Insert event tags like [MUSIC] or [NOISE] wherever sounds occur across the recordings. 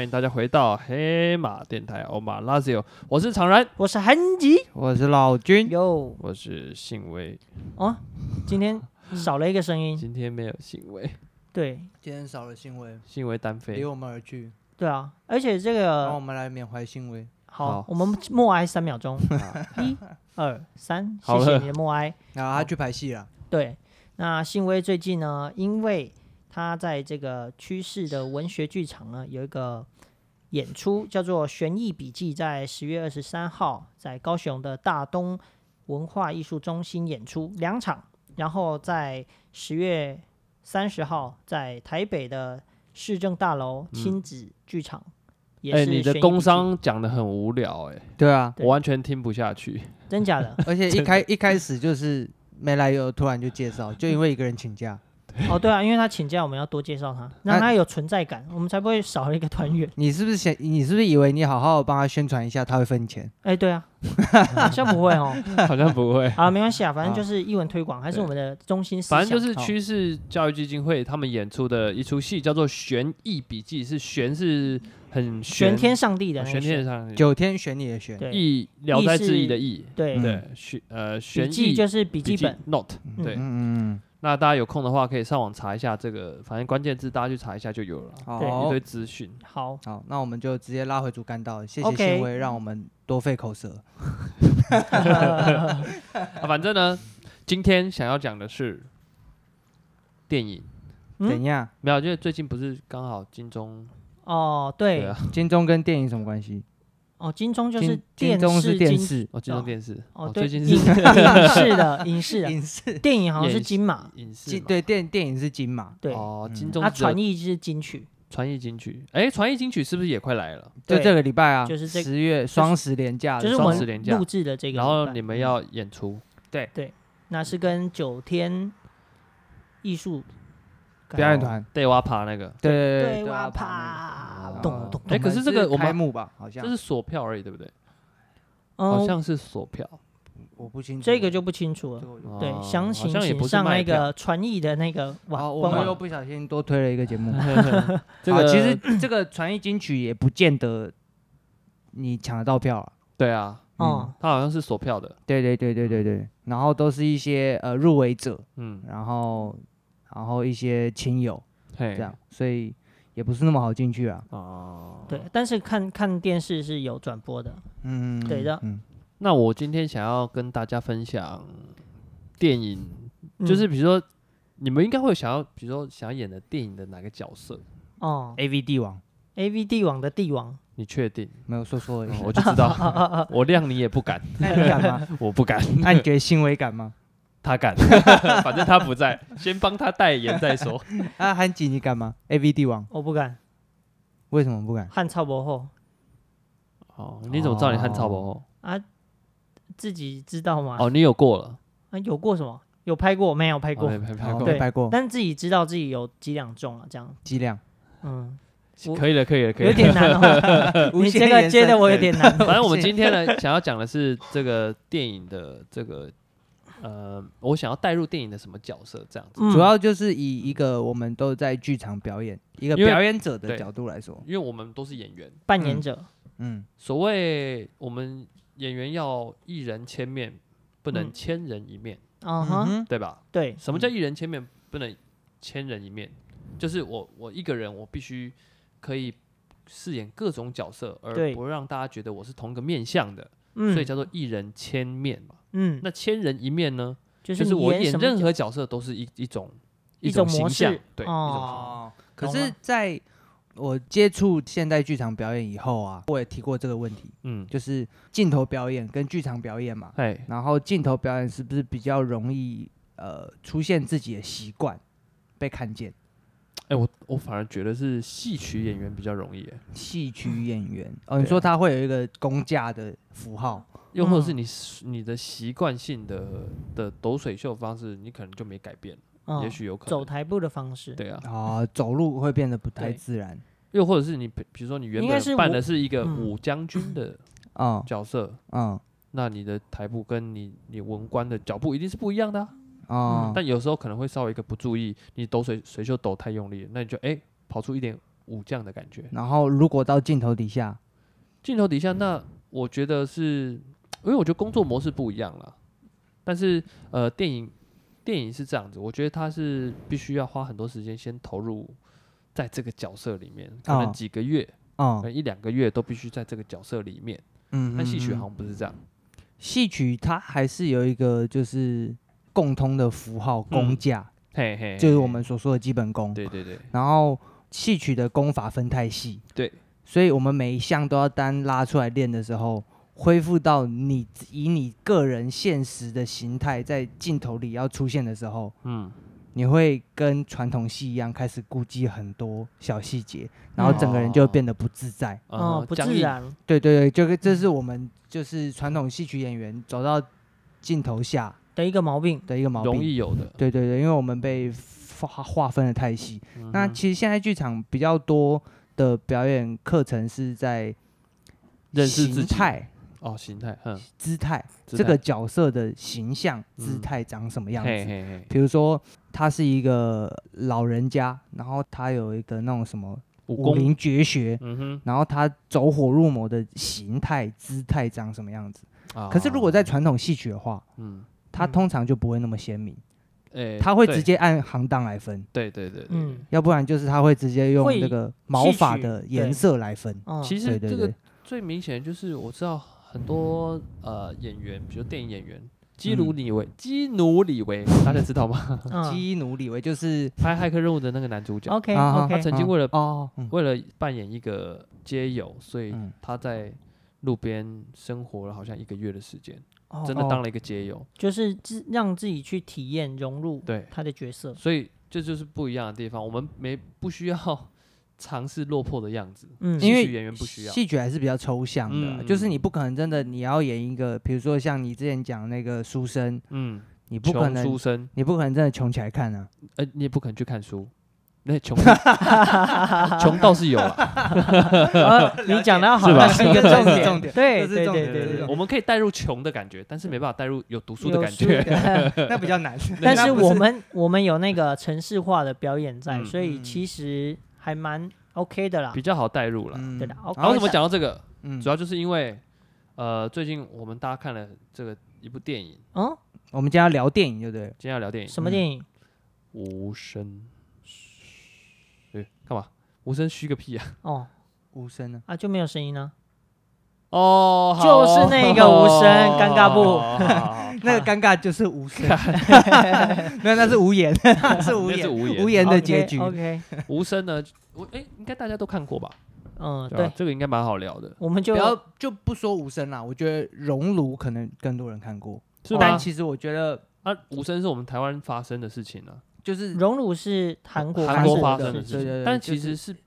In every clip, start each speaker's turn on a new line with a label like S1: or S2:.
S1: 迎大家回到黑马电台欧马拉 i o 我是常然，
S2: 我是韩吉
S3: 我是老君，
S2: 哟
S1: 我是信威，
S2: 哦，今天
S1: 嗯
S2: 少了一个声音，
S1: 今天没有信威，
S2: 对
S3: 今天少了新闻，
S1: 信威单
S3: 离
S1: 飞，
S3: 我们而去，
S2: 对啊，而且这
S3: 让
S2: 个
S3: 我们来缅怀新闻。
S2: 好
S1: 哦好，
S2: 我们默哀三秒
S1: [LAUGHS]
S2: 钟，
S1: 啊
S2: 一、二、三，
S1: 好
S2: 谢谢
S1: 了
S2: 你的默哀。
S3: 然后他去拍戏了，
S2: 对，那信威最近呢，因为他在这个趋势的文学剧场呢有一个演出，叫做《悬疑笔记》，在十月二十三号在高雄的大东文化艺术中心演出两场，然后在十月三十号在台北的市政大楼亲子剧场。
S1: 嗯
S2: 也
S1: 哎，
S2: 是
S1: 你
S2: 悬
S1: 的
S2: 疑笔
S1: 工
S2: 记
S1: 商讲的很无聊，哎，
S3: 对啊，
S2: 对
S1: 我完全听不下去，
S2: 真假的
S3: 而且 [LAUGHS] 一开一开始就是没来由，突然就介绍，就因为一个人请假，
S2: 哦，对啊，因为他请假，我们要多介
S1: [LAUGHS]
S2: 绍他，让
S1: 哎
S2: 他有存在感，我们才不会少了一个团员。
S3: 你是不是想，你是不是以为你好好帮他宣传一下，他会分钱？
S2: 哎，
S1: [LAUGHS]
S2: 对啊，好像不会哦。
S1: 好像不
S2: [LAUGHS]
S1: 会。
S2: 好，没关系啊，反正
S3: 啊
S2: 就是译文推广还是
S1: 对
S2: 我们的中心思想。
S1: 反正就是
S3: 好
S1: 趋势教育基金会他们演出的一出戏叫做《悬疑笔记》，是悬是很
S2: 玄
S1: 悬
S2: 天上帝的
S1: 哦
S2: 那个
S1: 玄天上
S3: 九天玄你也玄，
S2: 对
S1: 意《聊斋志异》的意，
S2: 对
S3: 嗯
S1: 对，悬呃
S2: 笔
S1: 悬
S2: 记
S1: 疑
S2: 就是笔记本，
S1: note，
S2: 嗯
S1: 对
S3: 嗯。嗯
S1: 那大家有空的话可以上网查一下这个，反正关键字大家去查一下就有了
S3: 嗯，
S1: 啦，
S2: 哦
S1: 一
S3: 好
S1: 堆资讯。 [LAUGHS]
S2: 好，
S3: 好，那我们就直接拉回主干道，谢谢
S2: OK
S3: 新威让我们多费口舌。
S1: 啊，反正呢，今天想要讲的是电影，
S2: 嗯
S3: 怎样？
S1: 没有，因为最近不是刚好金钟
S2: 哦，
S1: 对
S2: 对
S1: 啊，，
S3: 金钟跟电影什么关系？
S2: 哦，金钟就是
S3: 金金钟是
S2: 视
S3: 电
S2: 金，
S3: 视，
S1: 哦金钟电视，
S2: 哦，对，
S1: 最近
S2: 影
S1: 是
S2: 影
S1: [LAUGHS]
S2: 视的影视的，
S3: 影视
S2: 电影好像是
S1: 演
S2: 金马，
S1: 影视
S3: 金
S1: 嘛，
S3: 对电电影是金嘛？
S2: 对，
S1: 哦，
S3: 嗯
S1: 金钟
S2: 它
S1: 只有
S2: 传译是金曲，
S1: 传艺金曲，哎，传艺金曲是不是也快来了？
S3: 就
S2: 对
S3: 这个礼拜啊，
S2: 就是这
S3: 十月双十连假的
S2: 就
S3: 时
S2: 是
S3: 候，
S2: 我
S1: 啊双十连
S2: 们
S1: 假
S2: 录制的这个礼拜，
S1: 然后你们要演出，
S2: 那是跟九天艺术
S3: 表演团，
S1: 对哇爬那个，
S3: 对对
S2: 对
S3: 对
S2: 哇
S3: 啊爬
S2: 啪
S3: 那个，
S2: 咚咚
S1: 哎
S2: 咚，
S1: 可是这个我们
S3: 开幕吧，好像
S1: 这是锁票而已，对不对？好
S2: 嗯，
S1: 像是锁票，
S3: 我不清楚
S2: 这个就不清楚了
S3: 这。个我就
S2: 对
S1: 嗯哦，
S2: 详
S1: 好
S2: 情
S1: 像也
S2: 请
S1: 不是
S2: 上
S1: 卖
S2: 那
S1: 票
S2: 个传译的那个
S3: 哦，
S2: 网
S3: 我
S2: 官
S3: 们
S2: 网
S3: 又不小心多推了一个节目。
S1: [LAUGHS]
S2: [LAUGHS]
S1: 这
S3: 好
S1: 个
S3: 其实这个传艺金曲也不见得你抢得到票啊。
S1: 对啊，
S2: 哦，
S1: 它好像是锁票的，
S3: 对对对对对对，然后都是一些呃入围者，
S1: 嗯，
S3: 然后然后一些亲友
S1: 嘿
S3: 这，样，所以也不是那么好进去啊。
S1: 哦，
S2: 对，但是看看电视是有转播的，
S3: 嗯，
S2: 对的
S3: 嗯，
S1: 那我今天想要跟大家分享电影，
S2: 嗯
S1: 就是比如说你们应该会想要，比如说想要演的电影的哪个角色？
S2: 哦
S3: A V 帝王
S2: ，A V 帝王的帝王，
S1: 你确定？
S3: 没有说说而已
S1: 哦。我就知 [LAUGHS] 道，我谅你也不敢，
S3: 那你敢吗？
S1: 我不敢， [LAUGHS]
S3: 那你觉得新威敢吗？
S1: 他 [LAUGHS] 敢，反正他不在，先帮他代言再 [LAUGHS] 说。
S3: 啊，韩吉你敢吗？A V 帝王
S2: 我不敢，
S3: 为什么不敢？
S2: 汉超博后
S1: 哦，你怎么知道你汉超博？
S2: 啊，自己知道吗？
S1: 哦，你有过了，
S2: 啊，有过什么？有拍过没有拍
S1: 哦
S2: 过
S1: 没？拍拍
S3: 哦
S1: 过
S2: 对，
S3: 拍过
S2: 但自己知道自己有几两重啊，这样，
S3: 几两？
S2: 嗯，我
S1: 可以了，可以了，可以
S2: 有
S1: 了。 [LAUGHS]
S2: 点难哦，
S1: 呃
S3: 无
S2: 你
S3: 限
S2: 这个
S3: 延
S2: 接的
S3: 伸
S2: 我有点难，
S1: 反正我们今天呢，想要讲的是这个电影的这个，呃，我想要带入电影的什么角色这样子。
S2: 嗯
S3: 主要就是以一个我们都在剧场表演，一个
S1: 因为
S3: 表演者
S1: 对
S3: 的角度来说，
S1: 因为我们都是演员，
S2: 扮演者，
S3: 嗯，
S1: 所谓我们演员要一人千面，不能
S2: 嗯
S1: 千人一面，
S2: 啊
S3: 嗯
S2: 哈，
S3: 哼
S1: 对吧？
S2: 对，
S1: 什么叫一人千面，不能千人一面？就是我我一个人，我必须可以饰演各种角色，而
S2: 对
S1: 不让大家觉得我是同个面相的，
S2: 嗯
S1: 所以叫做一人千面嘛。
S2: 嗯，
S1: 那千人一面呢，
S2: 就
S1: 就是是
S2: 你
S1: 我演
S2: 什么
S1: 任
S2: 角
S1: 何角色都是一一种
S2: 一
S1: 种
S2: 种
S1: 形
S2: 模
S1: 象
S2: 式，
S1: 对，一种形象
S2: 哦
S3: 哦，可
S2: 懂
S3: 是
S2: 了
S3: 在我接触现代剧场表演以后啊，我也提过这个问题，
S1: 嗯，
S3: 就是镜头表演跟剧场表演嘛，
S1: 哎，
S3: 然后镜头表演是不是比较容易呃出现自己的习惯被看见？
S1: 哎，我我反而觉得是戏曲演员比较容易耶，
S3: 戏曲演员哦，你
S1: 对啊
S3: 说他会有一个公价的符号，
S1: 又或者
S2: 嗯
S1: 是你是你的习惯性的的抖水袖方式，你可能就没改变，
S2: 嗯
S1: 也许有可
S2: 走
S1: 能，
S2: 台步的方式，
S1: 对啊，
S3: 啊，走路会变得不太
S1: 对
S3: 自然
S1: 又或者是你比比如说你原
S2: 应该是
S1: 本扮
S2: 我
S1: 的是一个
S2: 嗯
S1: 武将军的
S3: 啊，
S1: 角色，
S3: 嗯
S1: 那你的台步跟你你文官的脚步一定是不一样的啊、
S3: 啊
S2: 嗯，
S1: 但有时候可能会稍微一个不注意，你抖水水袖抖太用力了，那你就哎、跑出一点武将的感觉。
S3: 然后如果到镜头底下，
S1: 镜头底下，那我觉得是，因为我觉得工作模式不一样啦。但是呃，电影电影是这样子，我觉得它是必须要花很多时间先投入在这个角色里面，可能
S3: 哦
S1: 几个月、可
S3: 嗯
S1: 能一两个月都必须在这个角色里面。
S3: 嗯，
S1: 但戏曲
S3: 嗯
S1: 好像不是这样，
S3: 戏曲它还是有一个就是共通的符号
S1: 嗯
S3: 功架，
S1: 嘿嘿，
S3: 就是
S1: 嘿
S3: 我们所说的基本功。
S1: 对对对
S3: 然后戏曲的功法分太细，
S1: 对，
S3: 所以我们每一项都要单拉出来练的时候，恢复到你以你个人现实的形态在镜头里要出现的时候，
S1: 嗯，
S3: 你会跟传统戏一样开始顾忌很多小细节，然后整个人就
S1: 哦
S3: 变得不哦自在。
S1: 啊
S2: 嗯，不
S1: 僵
S2: 自
S1: 硬
S2: 然，
S3: 对对对，就跟这是我们就是传统戏曲演员走到镜头下
S2: 的一个毛病。
S3: 的一个毛病。
S1: 容易有的。
S3: 对对对，因为我们被划划分的太细。
S1: 嗯
S3: 那
S1: 哼
S3: 其实现在剧场比较多的表演课程是在
S1: 认识自
S3: 形
S1: 己
S3: 态、
S1: 哦，形态，嗯，
S3: 姿态
S1: 姿
S3: 这个
S1: 态
S3: 角色的形象、姿
S1: 嗯
S3: 态长什么样
S1: 嘿
S3: 子。
S1: 嘿嘿，
S3: 比如说，他是一个老人家，然后他有一个那种什么
S1: 武
S3: 武
S1: 功，
S3: 林绝学，
S1: 嗯哼
S3: 然后他走火入魔的形态、姿态长什么样子。，
S1: 啊
S3: 可是如果在，传统戏曲的话，
S1: 嗯，
S3: 它
S2: 嗯
S3: 通常就不会那么鲜明，
S1: 诶，
S3: 它会
S1: 对
S3: 直，接按行当来分，
S1: 对对对，嗯。
S2: 嗯，
S3: 要不然就是它会直接用
S2: 会
S3: 这个毛发
S2: 戏曲
S3: 的
S2: 对
S3: 颜色来分。
S2: 哦，
S1: 其实
S3: 嗯对对
S1: 这个
S3: 对，
S1: 最明显的就是我知道很多呃演员，比如电影演员
S3: 嗯
S1: 基努里维，基努里维大家知道吗？ [LAUGHS]
S2: 嗯
S3: 基努里维就是
S1: 拍《骇客任务》的那个男主角，
S2: ，OK
S3: 啊
S1: 他
S2: OK，
S1: 曾经为了
S3: 哦，嗯
S1: 为了扮演一个街友，所以
S3: 嗯
S1: 他在路边生活了好像一个月的时间，
S2: 哦
S1: 真的当了一个街友，
S2: 就是自让自己去体验融入
S1: 对
S2: 他的角色。
S1: 所以这就是不一样的地方，我们没不需要 [LAUGHS] 尝试落魄的样子，
S2: 嗯，
S3: 因为
S1: 戏曲演员不需要
S3: 戏曲还是比较抽象的啊，
S1: 嗯
S3: 就是
S1: 嗯
S3: 你不可能真的你要演一个，比如说像你之前讲那个书生，
S1: 嗯，
S3: 你不可
S1: 穷书
S3: 能，
S1: 生，
S3: 你不可能真的穷起来看啊。
S1: [LAUGHS] 呃，你也不肯去看
S3: [LAUGHS]
S1: 书。那穷 [LAUGHS] 穷倒是有了， [LAUGHS]
S2: 啊你讲的好，
S1: 是吧
S2: 那是
S1: [LAUGHS]
S2: 一个
S3: 这
S2: 重
S3: 是
S2: 点，
S3: 重点
S2: 对
S3: 这是
S2: 对
S3: 重
S2: 对
S3: 点
S2: 对
S3: 这是
S2: 对
S3: 重
S1: 我们可以带入穷的感觉，但是没办法带入有读书的
S2: 有
S1: 感
S2: 书
S1: 觉。 [LAUGHS]
S2: [LAUGHS]
S3: 那比较难。
S2: 但
S3: 那
S2: 是
S3: 不
S2: 我们我们有那个城市化的表演在，
S1: 嗯
S2: 所以
S3: 嗯
S2: 其实还蛮 OK 的啦
S1: 比。较好带入了。
S3: 嗯
S2: 对的，OK
S1: 然后怎么讲到这个，
S3: 嗯
S1: 主，要就是因为呃，最近我们大家看了这个一部电影，
S2: 嗯，
S3: 我们今天要聊电影，对不对？
S1: 今天要聊电影《
S2: 什么电影？
S1: 无声》。对，干嘛？无声虚个屁啊！
S2: 哦
S3: 无声呢？
S2: 啊，就没有声音呢。
S1: 哦，
S2: 好哦就是那个无声尴尬不
S1: 不
S3: [LAUGHS] 那个尴尬就是无声， [LAUGHS] 没有，那是
S1: [LAUGHS]
S3: 无言，是无
S1: 那是
S3: 言，
S1: 无言
S3: 无言的结局。
S2: 哦 OK，
S1: 无声呢？我哎，应该大家都看过吧？
S2: 嗯，
S1: 对吧
S2: 对，，
S1: 这个应该蛮好聊的，
S2: 我们就
S3: 不要就不说无声啦，我觉得《熔炉》可能更多人看过，
S1: 是
S3: 但
S1: 吗？
S3: 其实我觉得
S1: 啊，无声是我们台湾发生的事情啊，
S3: 就是
S2: 荣辱是韩国
S1: 韩国
S3: 发
S1: 发
S3: 生
S1: 生
S3: 的
S1: 的
S3: 事
S1: 事
S3: 情对对对
S1: 情，但
S3: 就
S1: 其
S3: 是
S1: 实是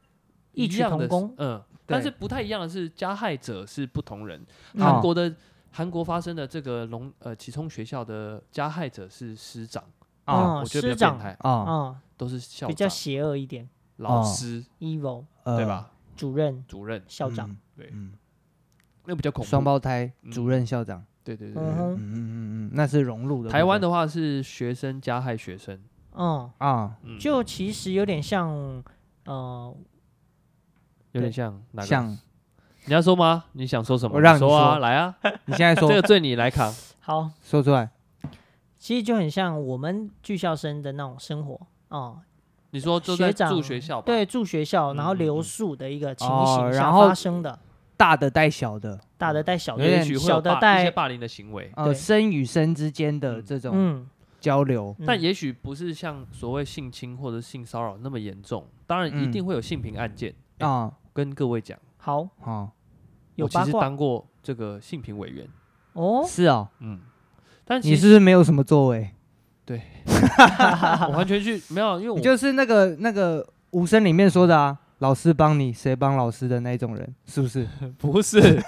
S2: 异
S1: 一
S2: 曲
S1: 样
S2: 同
S1: 的
S2: 工。
S1: 嗯，但是
S3: 对
S1: 不太一样的是，加害者是不同人。
S2: 嗯
S1: 韩国的韩国发生的这个龙呃启聪学校的加害者是师长
S3: 啊
S2: 哦
S1: 我觉得比
S2: 师
S1: 较
S2: 长
S1: 变态，
S3: 啊
S2: 嗯，
S1: 都是校
S2: 比较
S1: 长、
S2: 邪恶一点
S1: 老
S3: 哦
S1: 师
S2: ，evil
S3: 呃
S1: 嗯对？吧？
S2: 主任、
S1: 主任
S2: 校长。
S3: 嗯
S1: 对
S3: 嗯
S1: 那比较恐怖。
S3: 双胞胎
S1: 嗯
S3: 主任校长，
S1: 对对对
S2: 嗯
S1: 对，
S3: 嗯
S2: 哼，
S3: 嗯嗯嗯，那是融入的部分。
S1: 台湾的话是学生加害学生，
S2: 嗯，
S3: 啊，
S1: 嗯，
S2: 就其实有点像，呃，
S1: 有点像哪个？
S3: 像
S1: 你要说吗？你想说什么？
S3: 我让你
S1: 说啊，
S3: 说
S1: 来啊，
S3: 你现在
S1: [LAUGHS] 这
S3: 说
S1: 个罪你来扛。
S2: 好，
S3: 说出来，
S2: 其实就很像我们剧校生的那种生活哦、
S1: 你说就在
S2: 学长
S1: 住学校吧？
S2: 对，住学校然后
S1: 嗯嗯
S2: 留
S1: 嗯
S2: 宿的一个情
S3: 哦
S2: 形
S3: 然
S2: 下
S3: 后
S2: 发生的，
S3: 大的带小的，
S2: 大的带小
S1: 有
S3: 有
S2: 的，
S3: 点
S1: 也许会
S2: 小
S1: 有
S2: 的
S1: 霸一些
S2: 带，
S1: 霸凌的行为，
S3: 呃，
S2: 对
S3: 生与生之间的
S1: 嗯
S3: 这种
S2: 嗯，
S3: 交流，
S2: 嗯
S1: 但也许不是像所谓性侵或者性骚扰那么严重。当然，一
S3: 嗯
S1: 定会有性平案件。
S3: 啊
S1: 跟各位讲，
S2: 好
S3: 啊，
S2: 有
S1: 我其
S2: 八
S1: 实
S2: 卦
S1: 当过这个性平委员，
S2: 哦，
S3: 是哦，
S1: 嗯，但
S3: 你
S1: 其
S3: 是
S1: 实
S3: 不是没有什么作为？
S1: 我完全去没有，因为我
S3: 你就是那个那个无声里面说的啊，老师帮你，谁帮老师的那一种人，是不是
S1: 不是，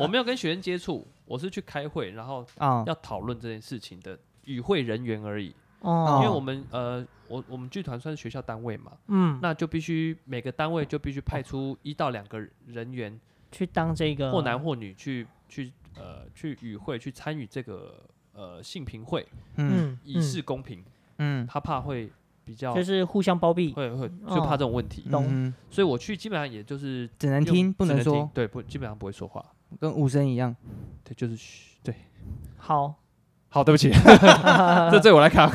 S1: 我没有跟学生接触，我是去开会，然后
S3: 啊？
S1: 要讨论这件事情的与会人员而已。因
S2: 哦，
S1: 为我们呃，我我们剧团算是学校单位嘛，
S2: 嗯，
S1: 那就必须每个单位就必须派出一到两个人员，
S2: 去当这个
S1: 或
S3: 嗯
S1: 男或女去去呃去与会去参与这个呃性平会，
S3: 嗯
S2: 嗯
S1: 以示公平。
S3: 嗯
S1: 他怕会比较
S2: 就是互相包庇，
S1: 会会就怕这种问题，
S2: 懂
S3: 嗯哼
S1: 所以我去基本上也就是
S3: 嗯哦只能
S1: 用
S3: 听不
S1: 只
S3: 能说
S1: 听，对，不基本上不会说话，
S3: 跟无声一样。
S1: 对，就是嘘，对，
S2: 好，
S1: 好，对不
S3: [LAUGHS]
S1: 起， [LAUGHS] 这对我来扛，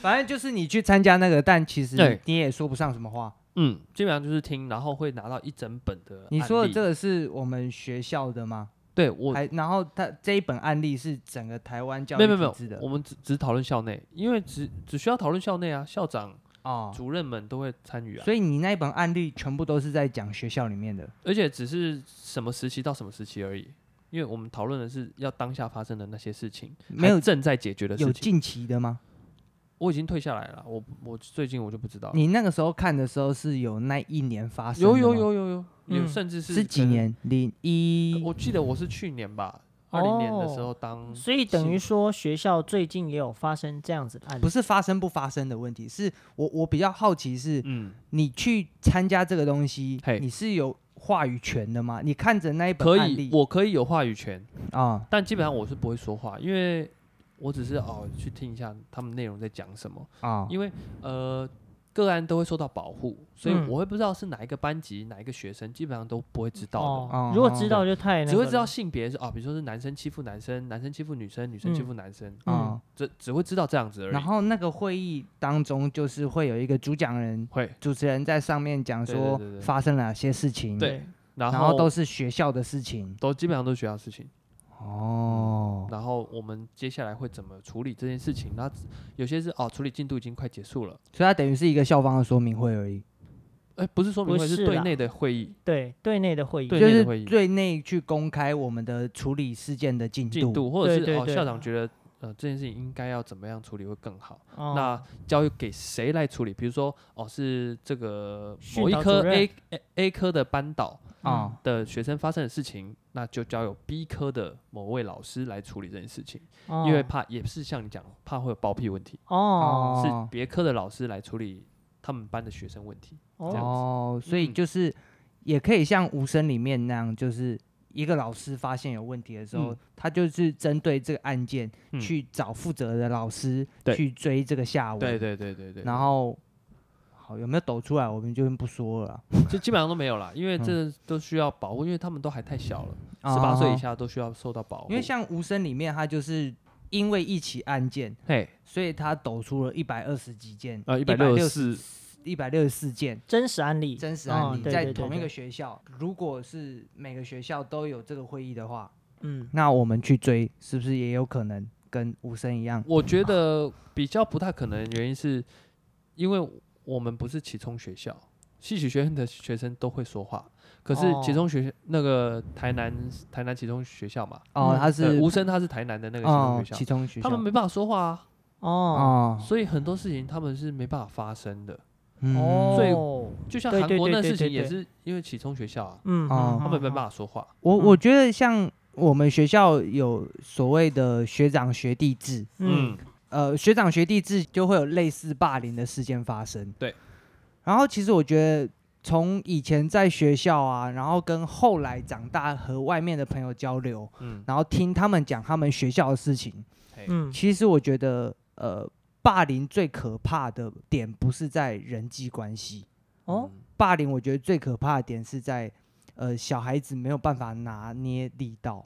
S3: 反正就是你去参加那个，但其
S1: 对
S3: 实你也说不上什么话。
S1: 嗯，基本上就是听，然后会拿到一整本的案例。
S3: 你说的这个是我们学校的吗？
S1: 对我
S3: 还然后他这一本案例是整个台湾教
S1: 没
S3: 育
S1: 有没有
S3: 体
S1: 没
S3: 制
S1: 有，
S3: 的
S1: 我们只只讨论校内，因为只只需要讨论校内啊，校长、
S3: 哦，
S1: 主任们都会参与啊，
S3: 所以你那一本案例全部都是在讲学校里面的。
S1: 而且只是什么时期到什么时期而已，因为我们讨论的是要当下发生的那些事情，
S3: 没
S1: 还
S3: 有
S1: 正在解决的
S3: 有
S1: 事情。
S3: 近期的吗？
S1: 我已经退下来了，我我最近我就不知道了。
S3: 你那个时候看的时候是有那一年发生的
S1: 有
S3: 吗？
S1: 有有有有有，
S2: 嗯
S1: 甚至是
S3: 是几
S1: 可能？
S3: 年？零一
S1: 我记得我是去年吧，二零年的时
S2: 哦
S1: 候当
S2: 所以等于说学校最近也有发生这样子的案
S3: 不
S2: 例，
S3: 是发生不发生的问题，是我我比较好奇是，
S1: 嗯。
S3: 你去参加这个东西
S1: 嘿，
S3: 你是有话语权的吗？你看着那一本
S1: 可
S3: 案
S1: 以
S3: 例，
S1: 我可以有话语权，
S3: 啊，
S1: 但基本上我是不会说话，因为我只是哦去听一下他们内容在讲什么，
S3: 啊，
S1: 因为呃个案都会受到保护，所以
S2: 嗯
S1: 我会不知道是哪一个班级哪一个学生，基本上都不会知道的。
S2: 哦
S3: 嗯，
S2: 如果知道就太那个
S1: 只会知道
S2: 了
S1: 性别是啊，比如说是男生欺负男生，男生欺负女生，女生欺
S2: 嗯
S1: 负男生，
S3: 啊，
S1: 只只会知道这样子而已。
S3: 然后那个会议当中就是会有一个主讲人、
S1: 会，
S3: 主持人在上面讲
S1: 对
S3: 说
S1: 对对对
S3: 发生了哪些事情，
S1: 对，然
S3: 然
S1: 后
S3: 后都是学校的事情，
S1: 都基本上都是学校的事情。
S3: 哦，
S1: 然后我们接下来会怎么处理这件事情？那有些是哦，处理进度已经快结束了，
S3: 所以它等于是一个校方的说明会而已，
S1: 哎，不是说明
S2: 不
S1: 会
S2: 是
S1: 是对
S2: 啦
S1: 内的会议，
S2: 对对内的会议，
S1: 对
S3: 就
S1: 内的
S3: 是
S1: 会议
S3: 对内去公开我们的处理事件的进
S1: 进
S3: 度，
S1: 度，或者是
S2: 对对
S1: 哦
S2: 对
S1: 校长觉得呃这件事情应该要怎么样处理会更好，
S2: 哦
S1: 那交给谁来处理？比如说哦是这个
S2: 训
S1: 某一
S2: 导
S1: 科
S2: 主任
S1: A A, A 科的班导
S2: 哦
S3: 啊
S1: 的学生发生的事情，那就交由 B 科的某位老师来处理这件事情，
S2: 哦
S1: 因为怕也是像你讲，怕会有包庇问题，
S2: 哦
S1: 是
S3: 哦
S1: 别科的老师来处理他们班的学生问题。嗯这样
S2: 哦
S1: 子
S3: 哦，所以
S1: 嗯
S3: 就是也可以像无声里面那样，就是一个老师发现有问题的时候，
S1: 嗯
S3: 他就是针对这个案件、
S1: 嗯
S3: 去找负责的老师
S1: 对
S3: 去追这个下文，
S1: 对对对对对，
S3: 然后好有没有抖出来，我们就不说了啦。
S1: 就基本上都没有啦，因为
S3: 嗯
S1: 这都需要保护，因为他们都还太小了，十八岁以
S3: 哦，
S1: 下都哦需要受到保护。
S3: 因为像无声里面，他就是因为一起案件，
S1: 嘿
S3: 所以他抖出了一百二十几件，
S1: 呃一百六
S3: 164
S1: 十嗯四。
S3: 一百六十四件。
S2: 真实案例，
S3: 真实案
S2: 哦
S3: 例
S2: 对
S3: 在
S2: 对对
S3: 同一
S2: 对
S3: 个学校，如果是每个学校都有这个会议的话，
S2: 嗯，
S3: 那我们去追，是不是也有可能跟无声一样？
S1: 我觉得比较不太可能的原因是，因为我们不是启聪学校，戏曲学院的学生都会说话，可是
S2: 哦
S1: 启聪学那个台南台南启聪学校嘛，
S3: 哦，
S2: 嗯
S3: 他
S1: 对，
S3: 是
S1: 吴声他是台南的那个启
S3: 哦
S1: 聪，学
S3: 其
S1: 校，
S3: 中学校
S1: 他们没办法说话啊，
S2: 哦
S3: 哦
S1: 所以很多事情他们是没办法发生的。
S3: 嗯
S1: 所以
S2: 哦，
S1: 就像
S2: 对
S1: 韩
S2: 对
S1: 国
S2: 对
S1: 那
S2: 对
S1: 事
S2: 对
S1: 情也
S2: 对
S1: 是因为启聪学校啊，
S2: 嗯，
S3: 哦
S1: 他们没办
S2: 法，
S1: 法说话，
S3: 我我觉得像我们学校有所谓的学长学弟制，
S2: 嗯，
S3: 呃，学长学弟制就会有类似霸凌的事件发生。
S1: 对，
S3: 然后其实我觉得。从以前在学校啊，然后跟后来长大和外面的朋友交流，
S1: 嗯，
S3: 然后听他们讲他们学校的事情，
S2: 嗯，
S3: 其实我觉得，呃，霸凌最可怕的点不是在人际关系，
S2: 哦，
S1: 嗯，
S3: 霸凌我觉得最可怕的点是在，呃，小孩子没有办法拿捏力道，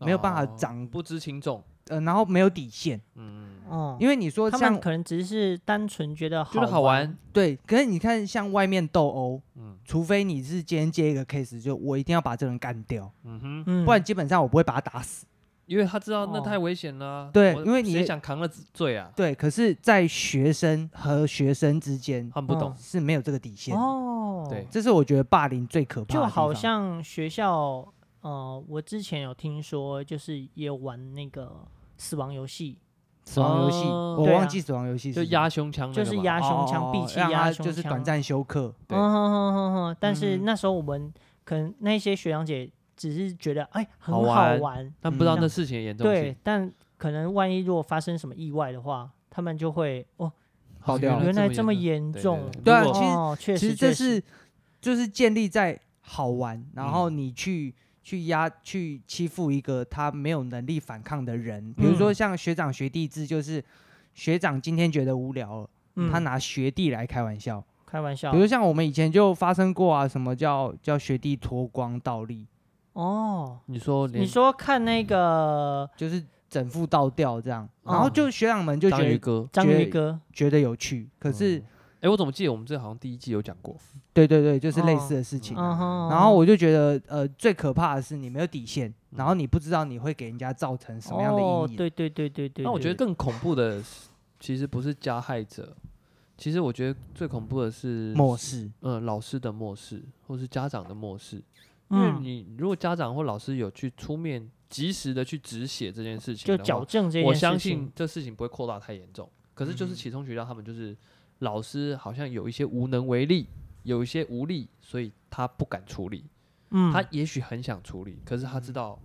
S3: 没有办法
S1: 哦
S3: 长
S1: 不知轻重，
S3: 呃，然后没有底线，
S1: 嗯，
S2: 哦，
S3: 因为你说
S2: 他
S3: 像
S2: 们可能只是单纯觉得
S1: 觉得好玩，
S3: 对，可是你看像外面斗殴，
S1: 嗯
S3: 除非你是今天接一个 case，就我一定要把这个人干掉，
S1: 嗯哼。
S2: 嗯，
S3: 不然基本上我不会把他打死。
S1: 因为他知道那
S2: 哦
S1: 太危险了啊、
S3: 对
S1: 我
S3: 因为你
S1: 谁
S3: 也
S1: 想扛了罪啊，
S3: 对，可是，在学生和学生之间
S1: 他们不懂。
S2: 嗯
S3: 是没有这个底线的，
S2: 哦，
S1: 对
S3: 这是我觉得霸凌最可怕的地
S2: 就
S3: 方。
S2: 好像学校，呃，我之前有听说，就是也有玩那个死亡游戏，
S3: 死亡游戏，
S1: 哦
S3: 我
S2: 对啊
S3: 忘记死亡游戏是
S1: 就
S3: 什么
S1: 压胸腔那个
S2: 就是
S1: 嘛
S2: 压胸
S3: 哦
S2: 腔，闭
S3: 哦
S2: 气
S3: 让
S2: 压
S3: 他
S2: 胸腔，
S3: 就是短暂休克。
S1: 对
S2: 嗯哼哼哼哼但是
S3: 嗯哼
S2: 那时候我们可能那些学长姐只是觉得，哎，很
S1: 好
S2: 好
S1: 玩但不知道
S3: 嗯
S1: 那事情的严重性。
S2: 对，但可能万一如果发生什么意外的话，他们就会哦，
S3: 爆掉
S2: 原来这么
S1: 严
S2: 严
S1: 重
S2: 重，
S1: 对
S3: 对啊
S1: 如
S3: 其
S1: 果
S3: 实
S2: 哦， [LAUGHS] 确
S3: 其
S2: 实
S3: 实这
S2: 确实
S3: 是就是建立在好玩，然后
S2: 嗯
S3: 你去去压去欺负一个他没有能
S2: 嗯
S3: 力反抗的人，比如说像学长学弟制，就是学长今天觉得无聊了，
S2: 嗯哦
S3: 他拿学弟来开玩笑，
S2: 开玩笑
S3: 比如像我们以前就发生过啊，什么叫叫学弟脱光倒立，
S2: 哦。
S1: 你说连
S2: 你说看那个
S3: 就是整副倒吊这样，
S2: 哦
S3: 然后就学长们就觉
S1: 章鱼
S3: 得
S1: 哥，
S2: 章
S3: 觉
S2: 鱼
S3: 得
S2: 哥，
S3: 觉得有趣，可是
S1: 嗯哎，我怎么记得我们这好像第一季有讲过？
S3: 对对对，就是类似的事情。
S1: 哦
S3: 啊
S2: 嗯哼，
S3: 然后我就觉得，呃，最可怕的是你没有底线，
S1: 嗯
S3: 然后你不知道你会给人家造成什么样的
S2: 哦，
S3: 阴影。
S2: 对对对对对，
S1: 那我觉得
S2: 对
S1: 更恐怖的是，其实不是加害者，其实我觉得最恐怖的是，
S3: 漠视，
S1: 呃，老师的漠视，或是家长的漠视。因为
S2: 嗯，
S1: 你如果家长或老师有去出面及时的去止血这件事情
S2: 就
S1: 的话
S2: 矫正这件事情，
S1: 我相信这事情不会扩大太严重。可是就
S3: 嗯
S1: 是其中学到他们就是老师好像有一些无能为力，有一些无力，所以他不敢处理。
S2: 嗯，
S1: 他
S2: 他
S1: 也许很想处理，可是他知道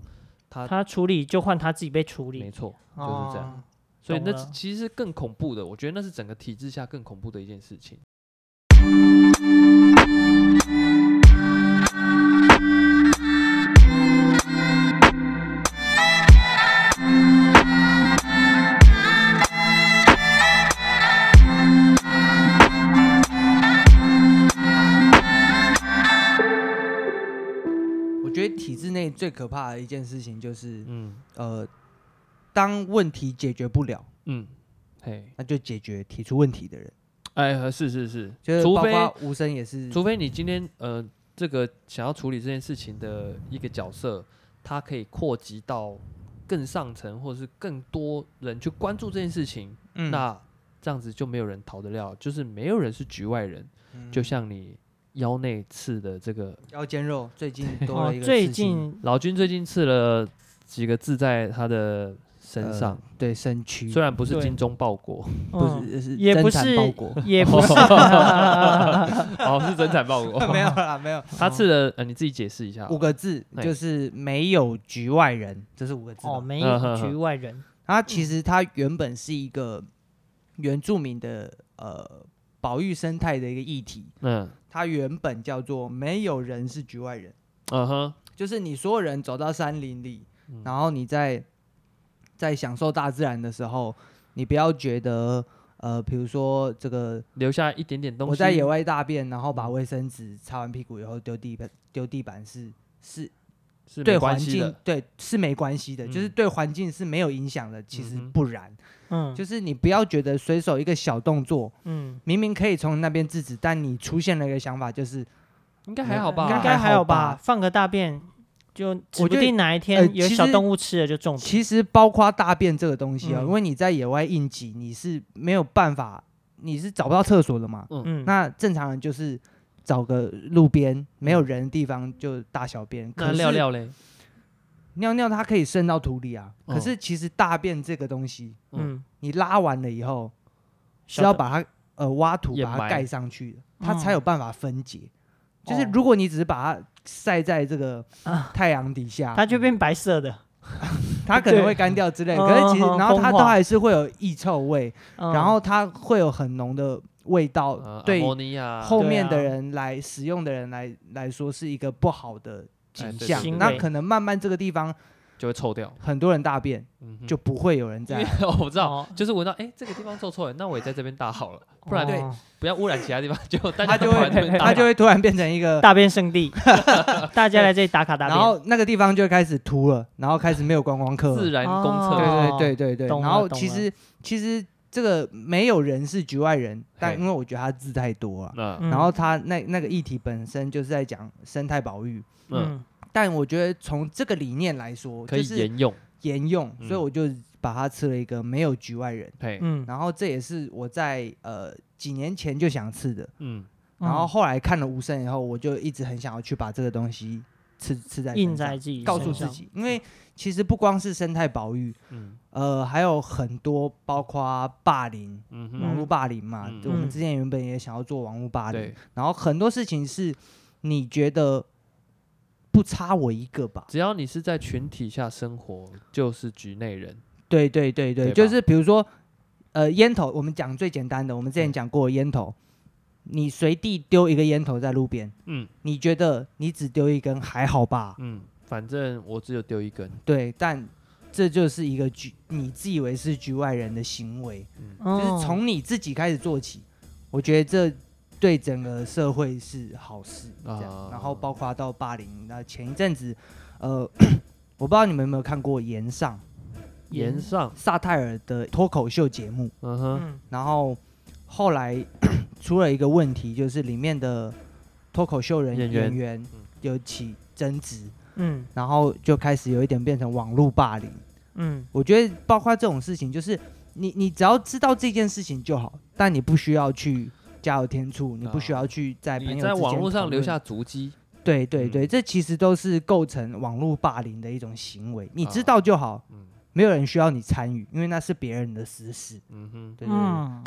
S1: 他
S2: 他处理就换他自己被处理
S1: 没，错，就是
S2: 哦
S1: 这样。所以
S2: 懂
S1: 那
S2: 了
S1: 其实是更恐怖的，我觉得那是整个体制下更恐怖的一件事情。
S3: 我觉得体制内最可怕的一件事情就是，
S1: 嗯
S3: 呃，当问题解决不了，
S1: 嗯，嘿，
S3: 那就解决提出问题的人。
S1: 哎，是是是，
S3: 就是
S1: 除
S3: 包
S1: 非
S3: 括无声也是，
S1: 除非你今天呃，这个想要处理这件事情的一个角色，他可以扩及到更上层，或者是更多人去关注这件事情，
S3: 嗯
S1: 那这样子就没有人逃得了，就是没有人是局外人。
S3: 嗯
S1: 就像你腰内刺的这个
S3: 腰间肉
S1: [LAUGHS]
S3: 最近多
S2: 哦
S3: 了一，个
S2: 最
S3: 事情
S2: 近
S1: 老君，最近刺了几个字在他的身
S3: 呃
S1: 上，
S3: 对身躯
S1: 虽然不是
S2: 对
S1: 精忠报国，
S3: [LAUGHS]
S1: [LAUGHS]
S3: 不
S2: 嗯
S3: 是是
S2: 也不
S3: 增产
S2: 是
S3: 报国，
S2: 也不是，
S1: 哦，是真惨报
S3: [LAUGHS]
S1: 国
S3: [LAUGHS] 没有啦没有
S1: 他刺了，呃，你自己解释一下好了。
S3: 五
S1: [LAUGHS]
S3: 个字
S1: 哎
S3: 就是没有局外人，这是五个字吧 [LAUGHS]
S2: 哦，没
S1: 嗯
S2: 有
S1: 哼
S2: 局
S1: 哼
S2: 外人，
S3: 他
S1: 嗯
S3: 其实他原本是一个原住民的呃保育生态的一个议题，
S1: 嗯
S3: 它原本叫做没有人是局外人，
S1: 嗯哼，
S3: 就是你所有人走到山林里，
S1: 嗯
S3: 然后你在在享受大自然的时候，你不要觉得呃，比如说这个
S1: 留下一点点东西。嗯
S3: 我在野外大便，然后把卫生纸擦完屁股以后丢地板丢地板是是
S1: 是
S3: 对
S1: 没关
S3: 环
S1: 系
S3: 境
S1: 的，
S3: 对是没关系的，就是
S1: 嗯
S3: 对环境是没有影响的，其实
S1: 嗯哼
S3: 不然。
S2: 嗯，
S3: 就是你不要觉得随手一个小动作，
S2: 嗯，
S3: 明明可以从你那边制止，但你出现了一个想法，就是
S1: 应该还好吧？
S2: 应该还好吧？
S3: 还好吧
S2: 放个大便就，指
S3: 我
S2: 不
S3: 觉得
S2: 定哪一
S3: 呃
S2: 天有
S3: 其
S2: 小
S3: 实
S2: 动物吃了就中毒。
S3: 其实包括大便这个东西啊、
S2: 嗯
S3: 因为你在野外应急，你是没有办法，你是找不到厕所的嘛。
S2: 嗯，
S3: 那正常人就是找个路边没有人的地方就大小
S2: 嗯
S3: 便，可
S1: 那
S3: 是
S1: 料料嘞，
S3: 尿尿它可以渗到土里啊，
S1: 哦
S3: 可是其实大便这个东西，
S2: 嗯，
S3: 你拉完了以后是
S2: 小
S3: 要
S2: 的
S3: 把它呃挖土
S1: 掩
S3: 把它
S1: 埋
S3: 盖上去的，它才
S2: 嗯
S3: 有办法分解。就是
S2: 哦
S3: 如果你只是把它晒在这个
S2: 啊
S3: 太阳底下，
S2: 它就变白色的，
S3: 它可能会干掉之类
S2: 对
S3: 的。可是其实，
S2: 嗯
S3: 然后
S2: 风
S3: 它
S2: 化
S3: 都还是会有异臭味，
S2: 嗯
S3: 然后它会有很浓的味道
S1: 呃，，
S3: 对
S1: 阿摩尼亚
S3: 后面
S2: 对
S3: 的
S2: 啊
S3: 人来使用的人来来说是一个不好的
S1: 哎
S3: 景
S1: 对
S3: 象
S2: 行。
S3: 那
S2: 为
S3: 可能慢慢这个地方
S1: 就会臭掉，
S3: 很多人大便
S1: 嗯哼
S3: 就不会有人
S1: 因
S3: 在 [LAUGHS]
S1: 为 [LAUGHS] 我知道，
S2: 哦
S1: 就是闻到哎这个地方臭臭的，那我也在这边大好了，不然
S2: 哦
S1: 不要污染其他地方，结果大
S3: 他
S1: 家
S3: 就
S1: 跑来这
S3: 会
S1: 边大
S3: 他就会突然变成一个，
S2: 大便圣
S3: [LAUGHS]
S2: 地，大家来这里打卡大便。
S3: 然后那个地方就会开始秃了，然后开始没有观光客了
S1: 自。然公厕，
S2: 哦
S3: 对对对对对。
S2: 懂
S3: 然
S2: 了
S3: 后
S2: 懂
S3: 其
S2: 了
S3: 实其实这个没有人是局外人，但
S1: 嘿
S3: 因为我觉得他字太多了。
S1: 那
S2: 嗯
S3: 然后他那那个议题本身就是在讲生态保育，
S1: 嗯
S2: 嗯，
S3: 但我觉得从这个理念来说，
S1: 可以
S3: 就是
S1: 沿用，
S3: 沿用，所以
S1: 嗯
S3: 我就把它吃了一个没有局外人。
S1: 嘿，
S2: 嗯，
S3: 然后这也是我在呃几年前就想吃的，
S1: 嗯
S3: 然后后来看了无声以后，我就一直很想要去把这个东西吃吃在
S2: 印
S3: 身
S2: 在
S3: 上
S2: 自己，
S3: 告诉自，己，因为其实不光是生态保育，
S1: 嗯
S3: 呃，还有很多包括霸凌、
S1: 嗯
S3: 网
S1: 哼，
S3: 络霸凌嘛。
S1: 嗯
S3: 就我们
S2: 嗯
S3: 之前原本也想要做网络霸凌
S1: 对，，
S3: 然后很多事情是你觉得不差我一个吧？
S1: 只要你是在群体下生活，就是局内人，
S3: 对对对对，
S1: 对吧
S3: 就是比如说，呃，烟头，我们讲最简单的，我们之前
S1: 嗯
S3: 讲过的烟头，你随地丢一个烟头在路边，
S1: 嗯
S3: 你觉得你只丢一根还好吧？
S1: 嗯，反正我只有丢一根，
S3: 对，但这就是一个局，你自以为是局外人的行为，
S2: 就
S1: 嗯
S3: 就是从你自己开始做起。我觉得这对整个社会是好事，这
S1: 啊
S3: 样。然后包括到霸凌，那前一阵子，呃， [COUGHS] 我不知道你们有没有看过《岩上》
S1: 延上，
S3: 萨泰尔的脱口秀节目，
S1: 嗯哼，
S2: 嗯，
S3: 然后后来 [COUGHS] 出了一个问题，就是里面的脱口秀人
S1: 演
S3: 演
S1: 员嗯
S3: 员有起争执，
S2: 嗯
S3: 然后就开始有一点变成网络霸凌。
S2: 嗯
S3: 我觉得包括这种事情，就是你你只要知道这件事情就好，但你不需要去加油添醋，你不需要去在朋友
S1: 啊你
S3: 之间
S1: 在网络
S3: 讨
S1: 上留
S3: 论
S1: 下足迹，
S3: 对对对，
S1: 嗯
S3: 这其实都是构成网络霸凌的一种行为，你知
S1: 啊
S3: 道就好，
S1: 嗯
S3: 没有人需要你参与，因为那是别人的私事。
S1: 嗯哼，
S3: 对对对
S2: 嗯，